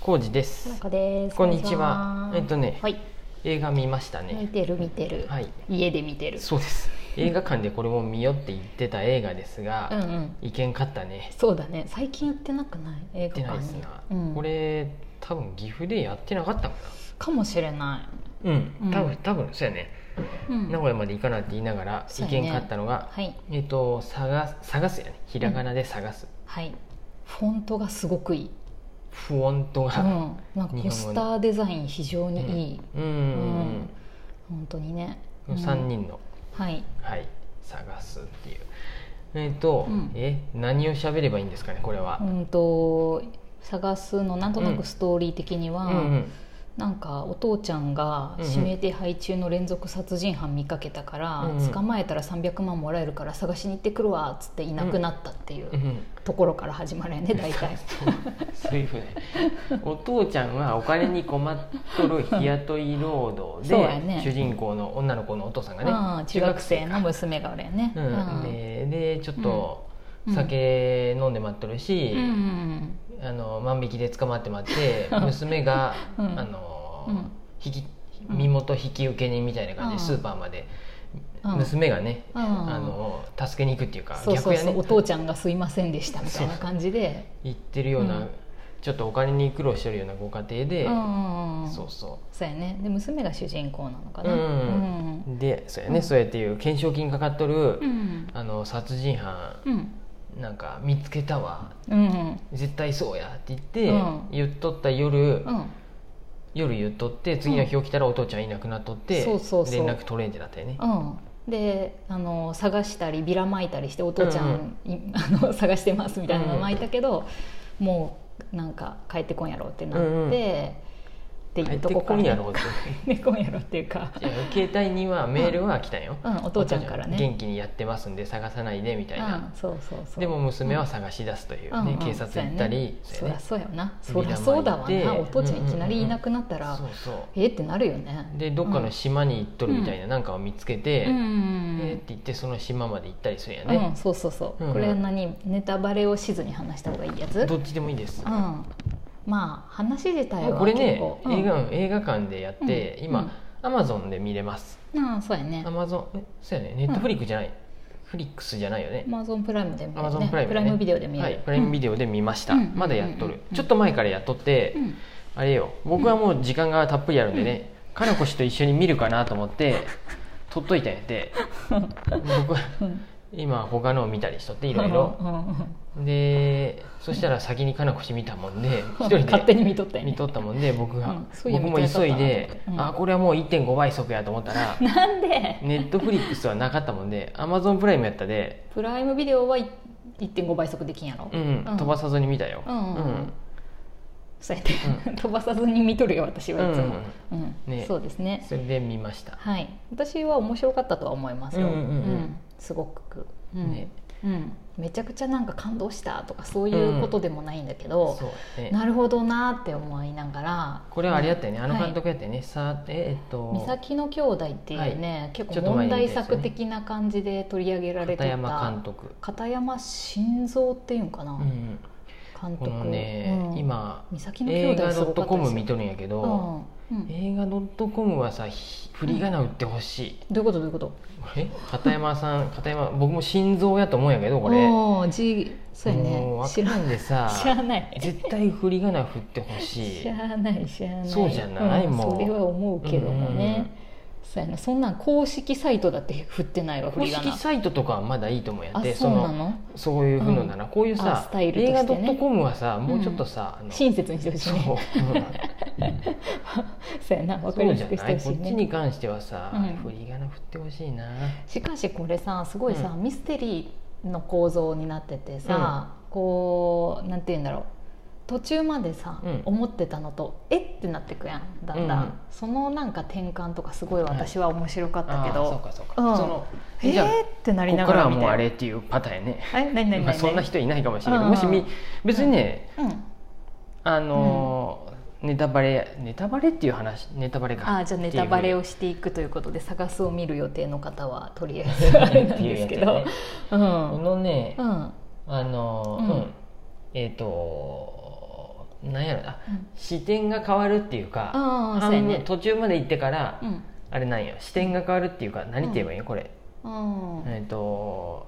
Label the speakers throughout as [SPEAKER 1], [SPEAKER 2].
[SPEAKER 1] 浩二です
[SPEAKER 2] 田。中です。
[SPEAKER 1] こんにちは。えっとね、
[SPEAKER 2] はい。
[SPEAKER 1] 映画見ましたね
[SPEAKER 2] 見。てる見てる。
[SPEAKER 1] はい、
[SPEAKER 2] 家で見てる。
[SPEAKER 1] そうです。映画館でこれも見よって言ってた映画です
[SPEAKER 2] うんう
[SPEAKER 1] が、
[SPEAKER 2] ん。
[SPEAKER 1] 意見かったね。
[SPEAKER 2] そうだね。最近やってなくない映
[SPEAKER 1] やってな
[SPEAKER 2] 画
[SPEAKER 1] いで
[SPEAKER 2] 館
[SPEAKER 1] す
[SPEAKER 2] に
[SPEAKER 1] な。。
[SPEAKER 2] うん、
[SPEAKER 1] これ多分岐阜でやってなかったのか
[SPEAKER 2] かもしれな
[SPEAKER 1] な。うん、
[SPEAKER 2] うん
[SPEAKER 1] 多分多分そうやね。
[SPEAKER 2] い。うん
[SPEAKER 1] 名古屋まで行かなって言いながら
[SPEAKER 2] そ
[SPEAKER 1] 意
[SPEAKER 2] うやね
[SPEAKER 1] 見かったのが、
[SPEAKER 2] はい
[SPEAKER 1] えっと探す探すやね。ひらがなで探す。
[SPEAKER 2] はい。フォントがすごくいい。
[SPEAKER 1] フォント
[SPEAKER 2] う
[SPEAKER 1] が。
[SPEAKER 2] ん。なんか
[SPEAKER 1] 日本語ね
[SPEAKER 2] ポスターデザイン非常にいい。
[SPEAKER 1] うん。
[SPEAKER 2] うん本当にね。
[SPEAKER 1] この三人の。
[SPEAKER 2] うん。はい。
[SPEAKER 1] はい、探すっていう。えっ、と、
[SPEAKER 2] うん
[SPEAKER 1] え、何を喋ればいいんですかね、これは
[SPEAKER 2] う。んと探すのなんとなくストーリー的に
[SPEAKER 1] う
[SPEAKER 2] は。
[SPEAKER 1] んうん、
[SPEAKER 2] なんかお父ちゃんが指名手配中の連続殺人犯見かけたから、
[SPEAKER 1] うんうん
[SPEAKER 2] 捕まえたら300万もらえるから探しに行ってくるわっつっていなくなったっていう
[SPEAKER 1] うんうん。
[SPEAKER 2] ところから始まるよね 大体
[SPEAKER 1] そういうふうに。お父ちゃんはお金に困っとる日雇い労働で、
[SPEAKER 2] そうやね
[SPEAKER 1] 主人公の女の子のお父さんがね、
[SPEAKER 2] うん中学生の娘が俺やね、
[SPEAKER 1] うんででちょっと
[SPEAKER 2] うん
[SPEAKER 1] 酒飲んで待っとるし
[SPEAKER 2] うん、うん
[SPEAKER 1] あの万引きで捕まって待って娘が、
[SPEAKER 2] うん
[SPEAKER 1] あの
[SPEAKER 2] うん
[SPEAKER 1] 引き
[SPEAKER 2] うん
[SPEAKER 1] 身元引き受け人みたいな感じでス
[SPEAKER 2] うん
[SPEAKER 1] ーパーまで、
[SPEAKER 2] うん
[SPEAKER 1] 娘がね、
[SPEAKER 2] うん
[SPEAKER 1] あの助けに行くっていうか
[SPEAKER 2] そうそうそう、お
[SPEAKER 1] 逆や
[SPEAKER 2] 父
[SPEAKER 1] ね
[SPEAKER 2] ちゃんがすいませんでしたみたいな感じで
[SPEAKER 1] 行ってるような、
[SPEAKER 2] うん
[SPEAKER 1] ちょっとお金に苦労してるようなご家庭で、
[SPEAKER 2] うんうんうん
[SPEAKER 1] そうそ
[SPEAKER 2] そうやねで娘が主人公なのかな
[SPEAKER 1] うん
[SPEAKER 2] うん
[SPEAKER 1] うでそうやね、
[SPEAKER 2] うん
[SPEAKER 1] そうやっていう懸賞金かかっとる、
[SPEAKER 2] うん
[SPEAKER 1] あの殺人犯
[SPEAKER 2] うん
[SPEAKER 1] なんか見つけたわ
[SPEAKER 2] うん
[SPEAKER 1] 絶対そうやって言って、
[SPEAKER 2] うん
[SPEAKER 1] 言っとった夜、
[SPEAKER 2] うん
[SPEAKER 1] 夜言っとって次の日起きたらお父ちゃんいなくなっとって、
[SPEAKER 2] そうそうそう
[SPEAKER 1] 連絡取れんってなったよね、
[SPEAKER 2] うん、であの探したりビラまいたりしてお父ちゃん、い あの探してますみたいなのまいたけど、もうなんか帰ってこんやろってなって、
[SPEAKER 1] うんうん
[SPEAKER 2] って
[SPEAKER 1] 入
[SPEAKER 2] い
[SPEAKER 1] っ
[SPEAKER 2] うと
[SPEAKER 1] て
[SPEAKER 2] こか
[SPEAKER 1] こ
[SPEAKER 2] ら、
[SPEAKER 1] んや
[SPEAKER 2] ね、
[SPEAKER 1] ろって
[SPEAKER 2] 帰ってこんやろっていうか
[SPEAKER 1] いや携帯にはメールは来たんよ、
[SPEAKER 2] うんお父ちゃんからね
[SPEAKER 1] お父元気にやってますんで探さないでみたいな
[SPEAKER 2] うん、、そうそうそう
[SPEAKER 1] でも娘は探し出すというね、警察行ったり、
[SPEAKER 2] そうや
[SPEAKER 1] ね
[SPEAKER 2] ねそりゃそうやわな
[SPEAKER 1] ビラ
[SPEAKER 2] そ
[SPEAKER 1] まい
[SPEAKER 2] り
[SPEAKER 1] て
[SPEAKER 2] ゃそうだわなお父ちゃんいきなりいなくなったら、
[SPEAKER 1] そうそ
[SPEAKER 2] えってなるよね
[SPEAKER 1] うでどっかの島に行っとるみたいななんかを見つけて、
[SPEAKER 2] うん、
[SPEAKER 1] えーって言ってその島まで行ったりするんや
[SPEAKER 2] うん
[SPEAKER 1] ね、
[SPEAKER 2] そうそうそ
[SPEAKER 1] う
[SPEAKER 2] う、
[SPEAKER 1] んうん
[SPEAKER 2] これ何ネタバレをしずに話した方がいいやつ
[SPEAKER 1] どっちでもいいです、
[SPEAKER 2] うん、まあ話自体
[SPEAKER 1] もう
[SPEAKER 2] は
[SPEAKER 1] これね
[SPEAKER 2] 結構、
[SPEAKER 1] 映画映画館でやって、
[SPEAKER 2] うん
[SPEAKER 1] 今、アマゾンで見れます
[SPEAKER 2] うん、うんそうやね
[SPEAKER 1] アマゾンえそうやねネットフリックじゃない、フリックスじゃないよね
[SPEAKER 2] ア、マゾンプライムで見
[SPEAKER 1] ア
[SPEAKER 2] れ
[SPEAKER 1] マ
[SPEAKER 2] る
[SPEAKER 1] ゾン
[SPEAKER 2] ね
[SPEAKER 1] プライム、ね、
[SPEAKER 2] プライムビデオで見れる、
[SPEAKER 1] はい、プライムビデオで見ました、
[SPEAKER 2] うん
[SPEAKER 1] まだやっとる、
[SPEAKER 2] うんうんうん
[SPEAKER 1] ちょっと前からやっとって、
[SPEAKER 2] うん
[SPEAKER 1] あれよ僕はもう時間がたっぷりあるんでね、かなこ氏と一緒に見るかなと思って 撮っといたんやって僕は
[SPEAKER 2] うん
[SPEAKER 1] 今他のを見たりしとって
[SPEAKER 2] い
[SPEAKER 1] いろいろ
[SPEAKER 2] ろ
[SPEAKER 1] でそしたら先にかなこ氏見たもんで一人
[SPEAKER 2] 勝
[SPEAKER 1] で
[SPEAKER 2] 手に見とったよ
[SPEAKER 1] 見
[SPEAKER 2] ね
[SPEAKER 1] とったもんで僕が、
[SPEAKER 2] うんそういや
[SPEAKER 1] 僕も急い
[SPEAKER 2] 見たやつだ
[SPEAKER 1] で
[SPEAKER 2] っ、たなうん
[SPEAKER 1] あこれはもう1.5倍速やと思った ら
[SPEAKER 2] なんで
[SPEAKER 1] ネットフリックスはなかったもんでアマゾンプライムやったで
[SPEAKER 2] プライムビデオはい1.5倍速できんやろ、
[SPEAKER 1] うん、飛ばさずに見たよ、
[SPEAKER 2] うんうんうんそうやって、飛ばさずに見とるよ私はいつも、うん
[SPEAKER 1] ね
[SPEAKER 2] そうですね
[SPEAKER 1] それで見ました、
[SPEAKER 2] はい私は面白かったとは思いますよ、
[SPEAKER 1] うんうんうん
[SPEAKER 2] すごく、うん
[SPEAKER 1] ね
[SPEAKER 2] うん、めちゃくちゃなんか感動したとかそういうことでもないんだけど、
[SPEAKER 1] そうやね
[SPEAKER 2] なるほどなって思いながら
[SPEAKER 1] これはあれやったよね、
[SPEAKER 2] うん
[SPEAKER 1] あの監督やったよね、さええっと
[SPEAKER 2] 三崎の兄弟っていうね、結
[SPEAKER 1] ちょ
[SPEAKER 2] 構
[SPEAKER 1] っと前
[SPEAKER 2] 問
[SPEAKER 1] に
[SPEAKER 2] 題
[SPEAKER 1] 言ったやつね
[SPEAKER 2] 作的な感じで取り上げられてた
[SPEAKER 1] 片山監督、
[SPEAKER 2] 片山晋三っていうんかな、
[SPEAKER 1] うん、
[SPEAKER 2] 監
[SPEAKER 1] こ
[SPEAKER 2] 督
[SPEAKER 1] のね、
[SPEAKER 2] うん
[SPEAKER 1] 今
[SPEAKER 2] 三崎の兄
[SPEAKER 1] 映
[SPEAKER 2] 弟
[SPEAKER 1] 画
[SPEAKER 2] す
[SPEAKER 1] ドッ
[SPEAKER 2] ごか
[SPEAKER 1] ト
[SPEAKER 2] った
[SPEAKER 1] コ
[SPEAKER 2] で
[SPEAKER 1] ム
[SPEAKER 2] す
[SPEAKER 1] 見
[SPEAKER 2] よ
[SPEAKER 1] とるんやけ
[SPEAKER 2] う
[SPEAKER 1] ど、
[SPEAKER 2] んうんど
[SPEAKER 1] 映画ドットコムはさひ振り仮名打ってほしい、
[SPEAKER 2] ういうことどういうこと
[SPEAKER 1] え片山さん片山僕も心臓やと思うんやけどこれ
[SPEAKER 2] おおじそうやね
[SPEAKER 1] もう
[SPEAKER 2] 知
[SPEAKER 1] 分
[SPEAKER 2] ら
[SPEAKER 1] か
[SPEAKER 2] ん
[SPEAKER 1] んでさ
[SPEAKER 2] 知らない
[SPEAKER 1] 絶対振り仮名振ってほしい
[SPEAKER 2] 知らない知らない
[SPEAKER 1] そうじゃない
[SPEAKER 2] ん
[SPEAKER 1] もう
[SPEAKER 2] それは思うけども
[SPEAKER 1] うんうんうん
[SPEAKER 2] ね、そうやなそんなん公式サイトだって振ってないわ振
[SPEAKER 1] 公
[SPEAKER 2] り仮
[SPEAKER 1] 式
[SPEAKER 2] 名
[SPEAKER 1] サイトとかはまだいいと思うんやっ
[SPEAKER 2] あ
[SPEAKER 1] て
[SPEAKER 2] そうなの
[SPEAKER 1] そういうふうのだな、こういう
[SPEAKER 2] あ
[SPEAKER 1] さ、
[SPEAKER 2] スタイルとし
[SPEAKER 1] 映
[SPEAKER 2] てね
[SPEAKER 1] 画ドットコムはさもうちょっとさ、あの
[SPEAKER 2] 親切にしてほし
[SPEAKER 1] そ、
[SPEAKER 2] いうね
[SPEAKER 1] う
[SPEAKER 2] そうやな分
[SPEAKER 1] ん、
[SPEAKER 2] か
[SPEAKER 1] そ
[SPEAKER 2] り
[SPEAKER 1] う
[SPEAKER 2] や
[SPEAKER 1] じ
[SPEAKER 2] す
[SPEAKER 1] ゃ
[SPEAKER 2] くし
[SPEAKER 1] な
[SPEAKER 2] て
[SPEAKER 1] い、
[SPEAKER 2] ほし
[SPEAKER 1] こ
[SPEAKER 2] い
[SPEAKER 1] っち
[SPEAKER 2] ね
[SPEAKER 1] に関してはさ、
[SPEAKER 2] うん
[SPEAKER 1] 振り仮名振ってほしいな
[SPEAKER 2] しかしこれさすごいさ、
[SPEAKER 1] う
[SPEAKER 2] ミステリーの構造になっててさ、こうなんて言うんだろう途中までさ、
[SPEAKER 1] うん
[SPEAKER 2] 思ってたのとえってなってくやんだんだん、
[SPEAKER 1] うん
[SPEAKER 2] そのなんか転換とかすごい私は面白かった
[SPEAKER 1] あ
[SPEAKER 2] け
[SPEAKER 1] ー
[SPEAKER 2] ど、
[SPEAKER 1] そうかそうか、
[SPEAKER 2] うん
[SPEAKER 1] その
[SPEAKER 2] え
[SPEAKER 1] じゃあ、
[SPEAKER 2] ーってなり
[SPEAKER 1] ここ
[SPEAKER 2] な
[SPEAKER 1] か
[SPEAKER 2] が
[SPEAKER 1] ら
[SPEAKER 2] ら
[SPEAKER 1] は
[SPEAKER 2] み
[SPEAKER 1] もう
[SPEAKER 2] た
[SPEAKER 1] あ
[SPEAKER 2] いな
[SPEAKER 1] れっていうパターンやね、
[SPEAKER 2] え何何
[SPEAKER 1] まあ、
[SPEAKER 2] 何
[SPEAKER 1] そんな人いないかもしれないけど、
[SPEAKER 2] うん
[SPEAKER 1] もしみ別にね、
[SPEAKER 2] うん
[SPEAKER 1] あのーネタバレネタバレっていう話ネタバレか
[SPEAKER 2] あーじゃあネタバレをしていくということで探すを見る予定の方はとりあえずあれなんですけど
[SPEAKER 1] っていうや
[SPEAKER 2] う
[SPEAKER 1] こ
[SPEAKER 2] ん、
[SPEAKER 1] のね、
[SPEAKER 2] うん、
[SPEAKER 1] あのー
[SPEAKER 2] うん
[SPEAKER 1] うんえっ、となんやろな
[SPEAKER 2] うん
[SPEAKER 1] 視点が変わるっていうか
[SPEAKER 2] あ
[SPEAKER 1] 半
[SPEAKER 2] あそう
[SPEAKER 1] 分
[SPEAKER 2] やね
[SPEAKER 1] 途中まで行ってから、
[SPEAKER 2] うん
[SPEAKER 1] あれなんや視点が変わるっていうか何て言えばいいのこれ、
[SPEAKER 2] あ
[SPEAKER 1] えっ、と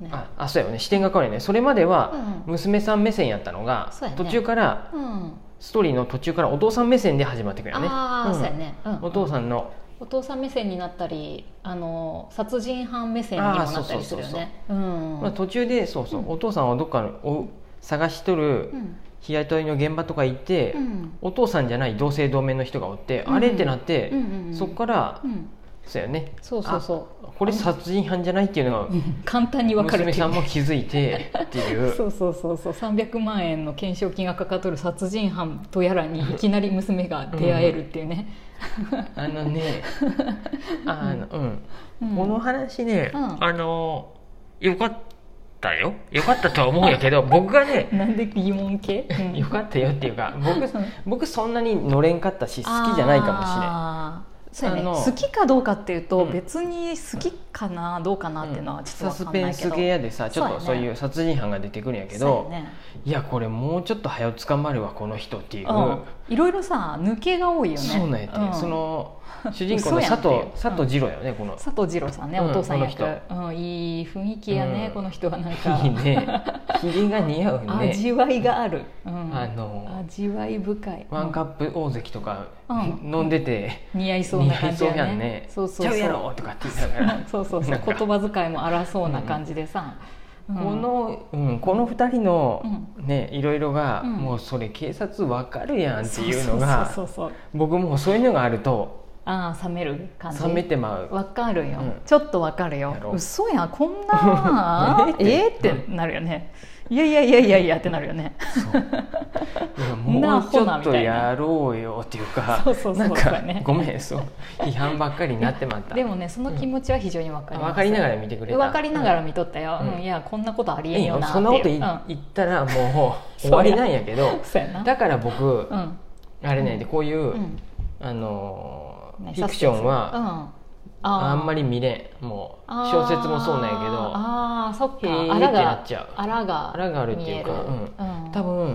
[SPEAKER 2] あね
[SPEAKER 1] ああそうやよね視点が変わるよねそれまでは
[SPEAKER 2] う
[SPEAKER 1] 娘さん目線やったのが、
[SPEAKER 2] そうやね
[SPEAKER 1] 途中から
[SPEAKER 2] んうん
[SPEAKER 1] ストーリーの途中からお父さん目線で始まってくるよね
[SPEAKER 2] ああ
[SPEAKER 1] うん
[SPEAKER 2] そうやねうん
[SPEAKER 1] お父さんの
[SPEAKER 2] お父さん目線になったりあの殺人犯目線にもなったりするよねうん
[SPEAKER 1] まあ、途中でそうそう、
[SPEAKER 2] うん
[SPEAKER 1] お父さんをどっかのお探しとる
[SPEAKER 2] うん
[SPEAKER 1] 日雇いの現場とか行って、
[SPEAKER 2] うん
[SPEAKER 1] お父さんじゃない同姓同名の人がおって、
[SPEAKER 2] うん
[SPEAKER 1] あれってなって、
[SPEAKER 2] うんうんうん
[SPEAKER 1] そこから、
[SPEAKER 2] うん
[SPEAKER 1] そうやね
[SPEAKER 2] そうそうそう
[SPEAKER 1] これ殺人犯じゃないっていうの
[SPEAKER 2] 簡単に
[SPEAKER 1] が
[SPEAKER 2] わかる
[SPEAKER 1] 娘さんも気づいてっていう
[SPEAKER 2] そうそうそうそう300万円の懸賞金がかかっとる殺人犯とやらにいきなり娘が出会えるっていうね、
[SPEAKER 1] あのねあの、うん
[SPEAKER 2] うん
[SPEAKER 1] この話ね、
[SPEAKER 2] うん
[SPEAKER 1] あのよかったよよかったとは思うんや けど僕がね
[SPEAKER 2] なんで疑問系、うん
[SPEAKER 1] よかったよっていうか僕
[SPEAKER 2] うん
[SPEAKER 1] 僕そんなに乗れんかったし好きじゃないかもしれん
[SPEAKER 2] あーそうやね
[SPEAKER 1] あの
[SPEAKER 2] 好きかどうかっていうと、
[SPEAKER 1] うん
[SPEAKER 2] 別に好きかな、どうかなっていうのはち
[SPEAKER 1] サ
[SPEAKER 2] ょっと
[SPEAKER 1] ス
[SPEAKER 2] わかん
[SPEAKER 1] ペ
[SPEAKER 2] な
[SPEAKER 1] ン
[SPEAKER 2] いけ
[SPEAKER 1] ス
[SPEAKER 2] ど
[SPEAKER 1] ゲーでさちょっと
[SPEAKER 2] そ
[SPEAKER 1] そうう
[SPEAKER 2] やね
[SPEAKER 1] いう殺人犯が出てくるんやけど
[SPEAKER 2] そうやね
[SPEAKER 1] いやこれもうちょっと早く捕まるわこの人っていう、
[SPEAKER 2] うんいろいろさ抜けが多いよね
[SPEAKER 1] そうなんやて、
[SPEAKER 2] ん
[SPEAKER 1] その主人公の佐
[SPEAKER 2] 嘘やん
[SPEAKER 1] 藤
[SPEAKER 2] っていう
[SPEAKER 1] 佐藤二郎やよねこの
[SPEAKER 2] 佐藤二郎さんね、
[SPEAKER 1] うん
[SPEAKER 2] お父さん役
[SPEAKER 1] この、
[SPEAKER 2] うん、いい雰囲気やね、
[SPEAKER 1] うん
[SPEAKER 2] この人はなんか
[SPEAKER 1] いいねひげが似合うね
[SPEAKER 2] 味わいがある、うん
[SPEAKER 1] あの
[SPEAKER 2] 味わい深い
[SPEAKER 1] ワンカップ大関とか、
[SPEAKER 2] うん
[SPEAKER 1] 飲んでて、
[SPEAKER 2] うん似合いそう
[SPEAKER 1] 似
[SPEAKER 2] な
[SPEAKER 1] 合い
[SPEAKER 2] 感じ
[SPEAKER 1] そう
[SPEAKER 2] や
[SPEAKER 1] や
[SPEAKER 2] ね
[SPEAKER 1] んね
[SPEAKER 2] そうそう
[SPEAKER 1] ちゃ
[SPEAKER 2] そう
[SPEAKER 1] うやろとかって言いながら
[SPEAKER 2] そうそうそう
[SPEAKER 1] なんか
[SPEAKER 2] 言葉遣いも荒そうな感じでさ、うん
[SPEAKER 1] この、うん、この2人の、ねいろいろが、
[SPEAKER 2] うん
[SPEAKER 1] もうそれ警察わかるやんっていうのが
[SPEAKER 2] そうそうそうそう
[SPEAKER 1] 僕もうそういうのがあると
[SPEAKER 2] ああ冷める感じ
[SPEAKER 1] 冷めてまう
[SPEAKER 2] わかるよ、
[SPEAKER 1] うん
[SPEAKER 2] ちょっとわかるよ
[SPEAKER 1] やろ
[SPEAKER 2] 嘘やんこんな
[SPEAKER 1] えー
[SPEAKER 2] えーってなるよねいやいやいやいやいやってなるよね
[SPEAKER 1] いや
[SPEAKER 2] な
[SPEAKER 1] も
[SPEAKER 2] あ
[SPEAKER 1] うち
[SPEAKER 2] ほ
[SPEAKER 1] ょ
[SPEAKER 2] なみ
[SPEAKER 1] ったと
[SPEAKER 2] いな
[SPEAKER 1] やろうよっていうか
[SPEAKER 2] そうそうそう
[SPEAKER 1] なん
[SPEAKER 2] そうや
[SPEAKER 1] か
[SPEAKER 2] ね
[SPEAKER 1] ごめんそう批判ばっかりになってまった
[SPEAKER 2] でもねその気持ちは非常にわかります
[SPEAKER 1] 分かりながら見てくれた
[SPEAKER 2] 分かりながら見とったよ、
[SPEAKER 1] うん
[SPEAKER 2] うんいやこんなことありえ
[SPEAKER 1] い
[SPEAKER 2] ん
[SPEAKER 1] い
[SPEAKER 2] よ
[SPEAKER 1] よ
[SPEAKER 2] なって
[SPEAKER 1] そんなことい
[SPEAKER 2] うん
[SPEAKER 1] 言ったらもう終わりなんやけど
[SPEAKER 2] そうやな
[SPEAKER 1] だから僕
[SPEAKER 2] うん
[SPEAKER 1] あれねでこういう、
[SPEAKER 2] うん
[SPEAKER 1] あのー
[SPEAKER 2] ね
[SPEAKER 1] フィクションは
[SPEAKER 2] うん、
[SPEAKER 1] あんま
[SPEAKER 2] り
[SPEAKER 1] り見れんもう小説もそうなんや
[SPEAKER 2] あーあーそっ
[SPEAKER 1] へー
[SPEAKER 2] かあら
[SPEAKER 1] ってな
[SPEAKER 2] が
[SPEAKER 1] っちゃう
[SPEAKER 2] あらが
[SPEAKER 1] あらがあるっていうか
[SPEAKER 2] 見える
[SPEAKER 1] うん
[SPEAKER 2] うん
[SPEAKER 1] けど多分
[SPEAKER 2] うんう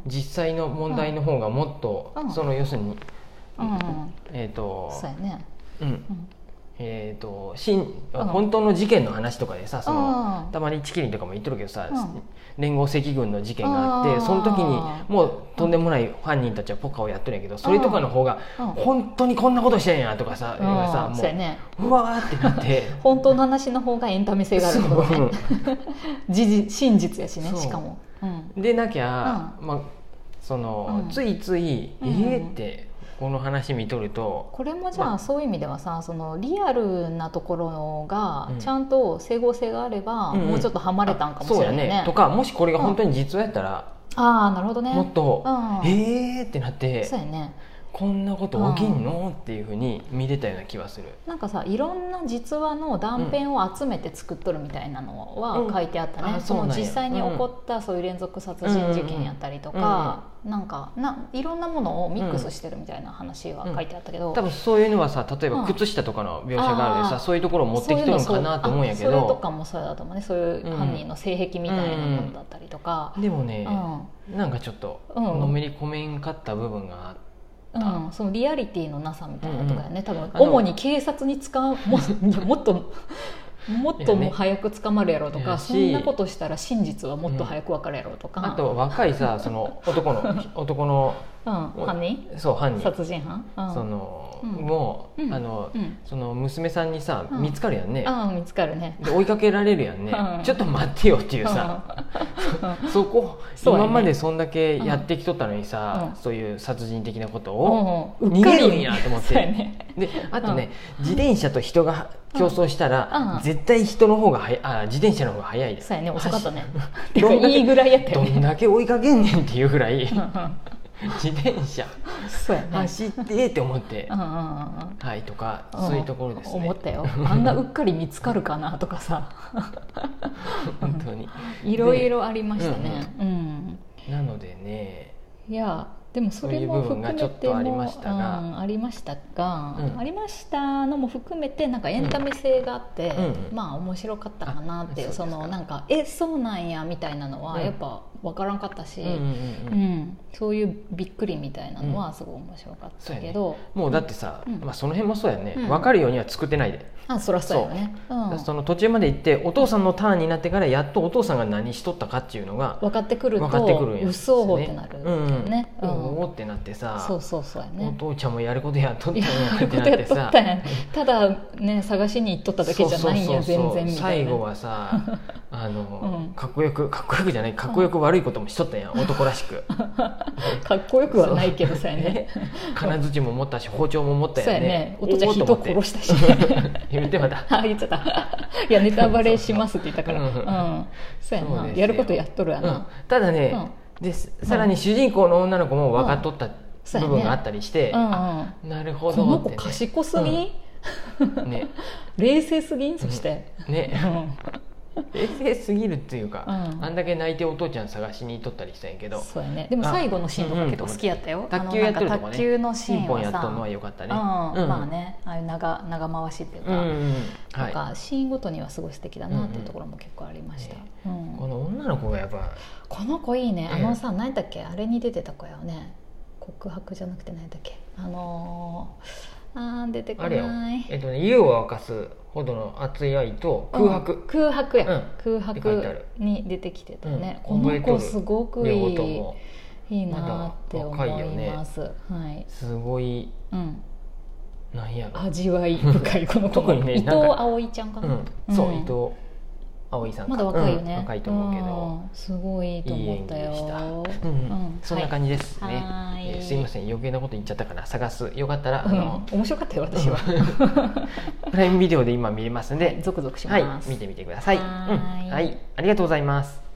[SPEAKER 2] ん
[SPEAKER 1] 実際の問題の方がもっと、
[SPEAKER 2] うん
[SPEAKER 1] その要するに
[SPEAKER 2] うんうん
[SPEAKER 1] えっ、と
[SPEAKER 2] そうやね、
[SPEAKER 1] うん
[SPEAKER 2] うん
[SPEAKER 1] えー、と真
[SPEAKER 2] うん
[SPEAKER 1] 本当の事件の話とかでさそ
[SPEAKER 2] うん
[SPEAKER 1] のたまにチキリンとかも言ってるけどさ、
[SPEAKER 2] うん
[SPEAKER 1] 連合赤軍の事件があっ
[SPEAKER 2] う
[SPEAKER 1] て
[SPEAKER 2] ん
[SPEAKER 1] その時にもうとんでもない犯人たちはポカをやってるんやけどそれとかの方が
[SPEAKER 2] うん
[SPEAKER 1] 本当にこんなことしてんやとかさ,、
[SPEAKER 2] うん
[SPEAKER 1] さ
[SPEAKER 2] そうやね
[SPEAKER 1] もううわーってな って。
[SPEAKER 2] 本当の話の方がエンタメ性があるってことね 事実真実やしね
[SPEAKER 1] そう
[SPEAKER 2] しかも、うん、
[SPEAKER 1] でなきゃ、まあその
[SPEAKER 2] うん
[SPEAKER 1] ついつい「
[SPEAKER 2] うん
[SPEAKER 1] えーってこの話見とると
[SPEAKER 2] これもじゃ
[SPEAKER 1] ま
[SPEAKER 2] あ
[SPEAKER 1] あ
[SPEAKER 2] そういう意味ではさそのリアルなところが
[SPEAKER 1] うん
[SPEAKER 2] ちゃんと整合性があれば、
[SPEAKER 1] うんうん
[SPEAKER 2] もうちょっとはまれたんかもしれないね,、
[SPEAKER 1] そうやねとかもしこれが本当に実話やったら、
[SPEAKER 2] ああなるほどね
[SPEAKER 1] もっと「
[SPEAKER 2] うん
[SPEAKER 1] えーってなって
[SPEAKER 2] そうやね
[SPEAKER 1] こんなこと起きんの、っていうふうに見れたような気はする
[SPEAKER 2] なんかさいろんな実話の断片を集めて作っとるみたいなのは
[SPEAKER 1] うん
[SPEAKER 2] 書いてあった
[SPEAKER 1] あ
[SPEAKER 2] ね、
[SPEAKER 1] ー
[SPEAKER 2] そ
[SPEAKER 1] そうなん
[SPEAKER 2] の
[SPEAKER 1] や
[SPEAKER 2] 実際に起こったそういう連続殺人事件やったりとか、なんかないろんなものをミックスしてるみたいな話は書いてあったけど、
[SPEAKER 1] 多分そういうのはさ例え
[SPEAKER 2] うん
[SPEAKER 1] ば靴下とかの描写があるでさ、
[SPEAKER 2] あー
[SPEAKER 1] そういうところを持ってきとるのかなと思うんやけ
[SPEAKER 2] そういうのそうあそれと
[SPEAKER 1] ど
[SPEAKER 2] かもそうだと思うねそういう犯人の性癖みたいなことだったりとか、
[SPEAKER 1] でも
[SPEAKER 2] うん
[SPEAKER 1] ね、なんかちょっと
[SPEAKER 2] うん
[SPEAKER 1] のめり込めんかった部分があっ
[SPEAKER 2] うんそのリアリティのなさみたいなとかね、多分
[SPEAKER 1] あの
[SPEAKER 2] 主に警察に使うもいやもっと もっともう早く捕まるやろうと
[SPEAKER 1] い
[SPEAKER 2] か、
[SPEAKER 1] やし
[SPEAKER 2] そんなことしたら真実はもっと早く分かるやろうとか、
[SPEAKER 1] た、あと若いさその男 の男の
[SPEAKER 2] うん、犯人
[SPEAKER 1] そう犯人
[SPEAKER 2] 殺人犯、うん、
[SPEAKER 1] その、
[SPEAKER 2] うん
[SPEAKER 1] もう、
[SPEAKER 2] うん
[SPEAKER 1] あの、
[SPEAKER 2] うん
[SPEAKER 1] その娘さんにさ、
[SPEAKER 2] うん
[SPEAKER 1] 見つかるやんね、
[SPEAKER 2] ああ見つかるね
[SPEAKER 1] で追いかけられるやんね、
[SPEAKER 2] うん
[SPEAKER 1] ちょっと待ってよっていうさ、そこ
[SPEAKER 2] そうやね
[SPEAKER 1] 今までそんだけやってきとったのにさ、
[SPEAKER 2] うん
[SPEAKER 1] そういう殺人的なこと
[SPEAKER 2] うん
[SPEAKER 1] を、
[SPEAKER 2] うんうんうっ
[SPEAKER 1] 逃
[SPEAKER 2] かり
[SPEAKER 1] げるんやと思って
[SPEAKER 2] そうやね
[SPEAKER 1] であとね、自転車と人が競争したら、
[SPEAKER 2] うん
[SPEAKER 1] 絶対人の方がはやあ自転車の方が早いです
[SPEAKER 2] そうやね遅かったね て
[SPEAKER 1] ど
[SPEAKER 2] か
[SPEAKER 1] んだけ
[SPEAKER 2] いいぐらいやったよ
[SPEAKER 1] どん
[SPEAKER 2] ね
[SPEAKER 1] だけ追いかけんねんっていうぐらい
[SPEAKER 2] うんうん
[SPEAKER 1] 自転車
[SPEAKER 2] そうやね
[SPEAKER 1] 走ってって思って
[SPEAKER 2] うんうんうんうん
[SPEAKER 1] はいとか
[SPEAKER 2] ん
[SPEAKER 1] そういうところですね
[SPEAKER 2] 思ったよあんなうっかり見つかるかなとかさ
[SPEAKER 1] 本当に
[SPEAKER 2] いろいろありましたね、うん
[SPEAKER 1] なのでね
[SPEAKER 2] いやでもそれも含め
[SPEAKER 1] そういう部分がちょってと
[SPEAKER 2] も
[SPEAKER 1] ありましたが
[SPEAKER 2] うんありましたが、
[SPEAKER 1] うん
[SPEAKER 2] ありましたのも含めてなんかエンタメ性があって、
[SPEAKER 1] うんうん
[SPEAKER 2] まあ面白かったかなっていう
[SPEAKER 1] あ
[SPEAKER 2] そ
[SPEAKER 1] そうですか
[SPEAKER 2] のなんかえそうなんやみたいなのは
[SPEAKER 1] うん
[SPEAKER 2] やっぱ分からんかったし、
[SPEAKER 1] うんうんうん
[SPEAKER 2] う
[SPEAKER 1] うん
[SPEAKER 2] ん、そういうびっくりみたいなのはすごい面白かったけど、
[SPEAKER 1] もうだってさ、
[SPEAKER 2] うん
[SPEAKER 1] まあ、その辺もそうやね、
[SPEAKER 2] うん
[SPEAKER 1] 分かるようには作ってないで、
[SPEAKER 2] あそらそうやね、う
[SPEAKER 1] だから
[SPEAKER 2] ん、
[SPEAKER 1] その途中まで行ってお父さんのターンになってからやっとお父さんが何しとったかっていうのが
[SPEAKER 2] 分かってくると
[SPEAKER 1] 分かってくるんや
[SPEAKER 2] 嘘ってなる
[SPEAKER 1] うんうん
[SPEAKER 2] ね、う
[SPEAKER 1] うんんおおってなってさ
[SPEAKER 2] そうそうそうや
[SPEAKER 1] お
[SPEAKER 2] ね
[SPEAKER 1] 父ちゃんもやることやっとった
[SPEAKER 2] い
[SPEAKER 1] ん
[SPEAKER 2] や
[SPEAKER 1] や
[SPEAKER 2] る
[SPEAKER 1] って
[SPEAKER 2] こ
[SPEAKER 1] な
[SPEAKER 2] と
[SPEAKER 1] っ
[SPEAKER 2] や
[SPEAKER 1] て
[SPEAKER 2] っとっ
[SPEAKER 1] さ
[SPEAKER 2] たやんただね探しに行っとっただけじゃないんや
[SPEAKER 1] そうそうそ
[SPEAKER 2] 全
[SPEAKER 1] うそう
[SPEAKER 2] 然みたい
[SPEAKER 1] 最
[SPEAKER 2] な
[SPEAKER 1] 後はさあの、
[SPEAKER 2] うん
[SPEAKER 1] かっこよくかっこよくじゃないかっこよく悪いこともしとったん や男らしく
[SPEAKER 2] かっこよくはないけどさやね
[SPEAKER 1] 金槌も持ったし包丁も持った
[SPEAKER 2] そう
[SPEAKER 1] よ
[SPEAKER 2] や
[SPEAKER 1] ね
[SPEAKER 2] ねお父ちゃん
[SPEAKER 1] お
[SPEAKER 2] 人
[SPEAKER 1] おと思って
[SPEAKER 2] 殺したし ね
[SPEAKER 1] 言ってまた
[SPEAKER 2] あ言っちゃったいやネタバレしますって言ったから
[SPEAKER 1] うん
[SPEAKER 2] うんそうや
[SPEAKER 1] そう
[SPEAKER 2] な
[SPEAKER 1] ですよ
[SPEAKER 2] やることやっとるや
[SPEAKER 1] うん
[SPEAKER 2] な、
[SPEAKER 1] ただね、でさらに主人公の女の子も分かっとった
[SPEAKER 2] そうや
[SPEAKER 1] 部
[SPEAKER 2] ね
[SPEAKER 1] 分があったりして、
[SPEAKER 2] うんうん
[SPEAKER 1] あなるほ
[SPEAKER 2] この
[SPEAKER 1] ど
[SPEAKER 2] 子
[SPEAKER 1] って
[SPEAKER 2] 賢すぎん、
[SPEAKER 1] ね
[SPEAKER 2] 冷静すぎんそして、
[SPEAKER 1] ねね 冷静すぎるっていうか、
[SPEAKER 2] うん
[SPEAKER 1] あんだけ泣いてお父ちゃん探しに行っとったりしたんやけど
[SPEAKER 2] そうやねでも最後のシーンとか結構好きやったよ、
[SPEAKER 1] うん
[SPEAKER 2] あの
[SPEAKER 1] 卓球やってるとこね
[SPEAKER 2] なんか卓球のシー
[SPEAKER 1] ピン
[SPEAKER 2] ン
[SPEAKER 1] ポン
[SPEAKER 2] は
[SPEAKER 1] や
[SPEAKER 2] さ
[SPEAKER 1] っとんのはよかったね、
[SPEAKER 2] うん
[SPEAKER 1] うん
[SPEAKER 2] まあねああいう長長回しっていう
[SPEAKER 1] うん
[SPEAKER 2] か、
[SPEAKER 1] うんは
[SPEAKER 2] と
[SPEAKER 1] い
[SPEAKER 2] かシーンごとにはすごい素敵だなっていうところも結構ありました、うん
[SPEAKER 1] この女の子がやっぱ
[SPEAKER 2] この子いいね
[SPEAKER 1] え
[SPEAKER 2] あ
[SPEAKER 1] え
[SPEAKER 2] のさ、何だっけあれに出てた子やよね告白じゃなくて何だっけあのー、あー出てこ
[SPEAKER 1] あ
[SPEAKER 2] な
[SPEAKER 1] れよ
[SPEAKER 2] い、
[SPEAKER 1] えっとね、湯を沸かすほどの熱い愛と空白、
[SPEAKER 2] うん空白や、
[SPEAKER 1] うん
[SPEAKER 2] 空
[SPEAKER 1] って書いてあ
[SPEAKER 2] 白
[SPEAKER 1] る
[SPEAKER 2] に出てきてたね、
[SPEAKER 1] うん
[SPEAKER 2] この子すごくい
[SPEAKER 1] 両方
[SPEAKER 2] い
[SPEAKER 1] とも
[SPEAKER 2] いいなーって思います、はい、
[SPEAKER 1] すごい
[SPEAKER 2] うん、
[SPEAKER 1] なんやろ
[SPEAKER 2] 味わい深 いこの子
[SPEAKER 1] 特にね
[SPEAKER 2] 伊藤
[SPEAKER 1] なんか
[SPEAKER 2] 葵ちゃんかな、
[SPEAKER 1] うん、そう、伊藤葵さんか
[SPEAKER 2] まだ若いよね、
[SPEAKER 1] うん若いと思うけど、
[SPEAKER 2] うんすごいいいと
[SPEAKER 1] いい
[SPEAKER 2] 思
[SPEAKER 1] 演
[SPEAKER 2] っ
[SPEAKER 1] 技
[SPEAKER 2] たよ
[SPEAKER 1] でした、うんうんそんな
[SPEAKER 2] じ、
[SPEAKER 1] 感じですね、
[SPEAKER 2] はい
[SPEAKER 1] えーすいません余計なこと言っちゃったから探すよかったらあ
[SPEAKER 2] うん
[SPEAKER 1] の、
[SPEAKER 2] 面白かったよ私は、
[SPEAKER 1] プライムビデオで今見れますんで、
[SPEAKER 2] ゾクゾクし
[SPEAKER 1] はい
[SPEAKER 2] ます、
[SPEAKER 1] 見てみてください
[SPEAKER 2] はーい
[SPEAKER 1] うんはい、ありがとうございます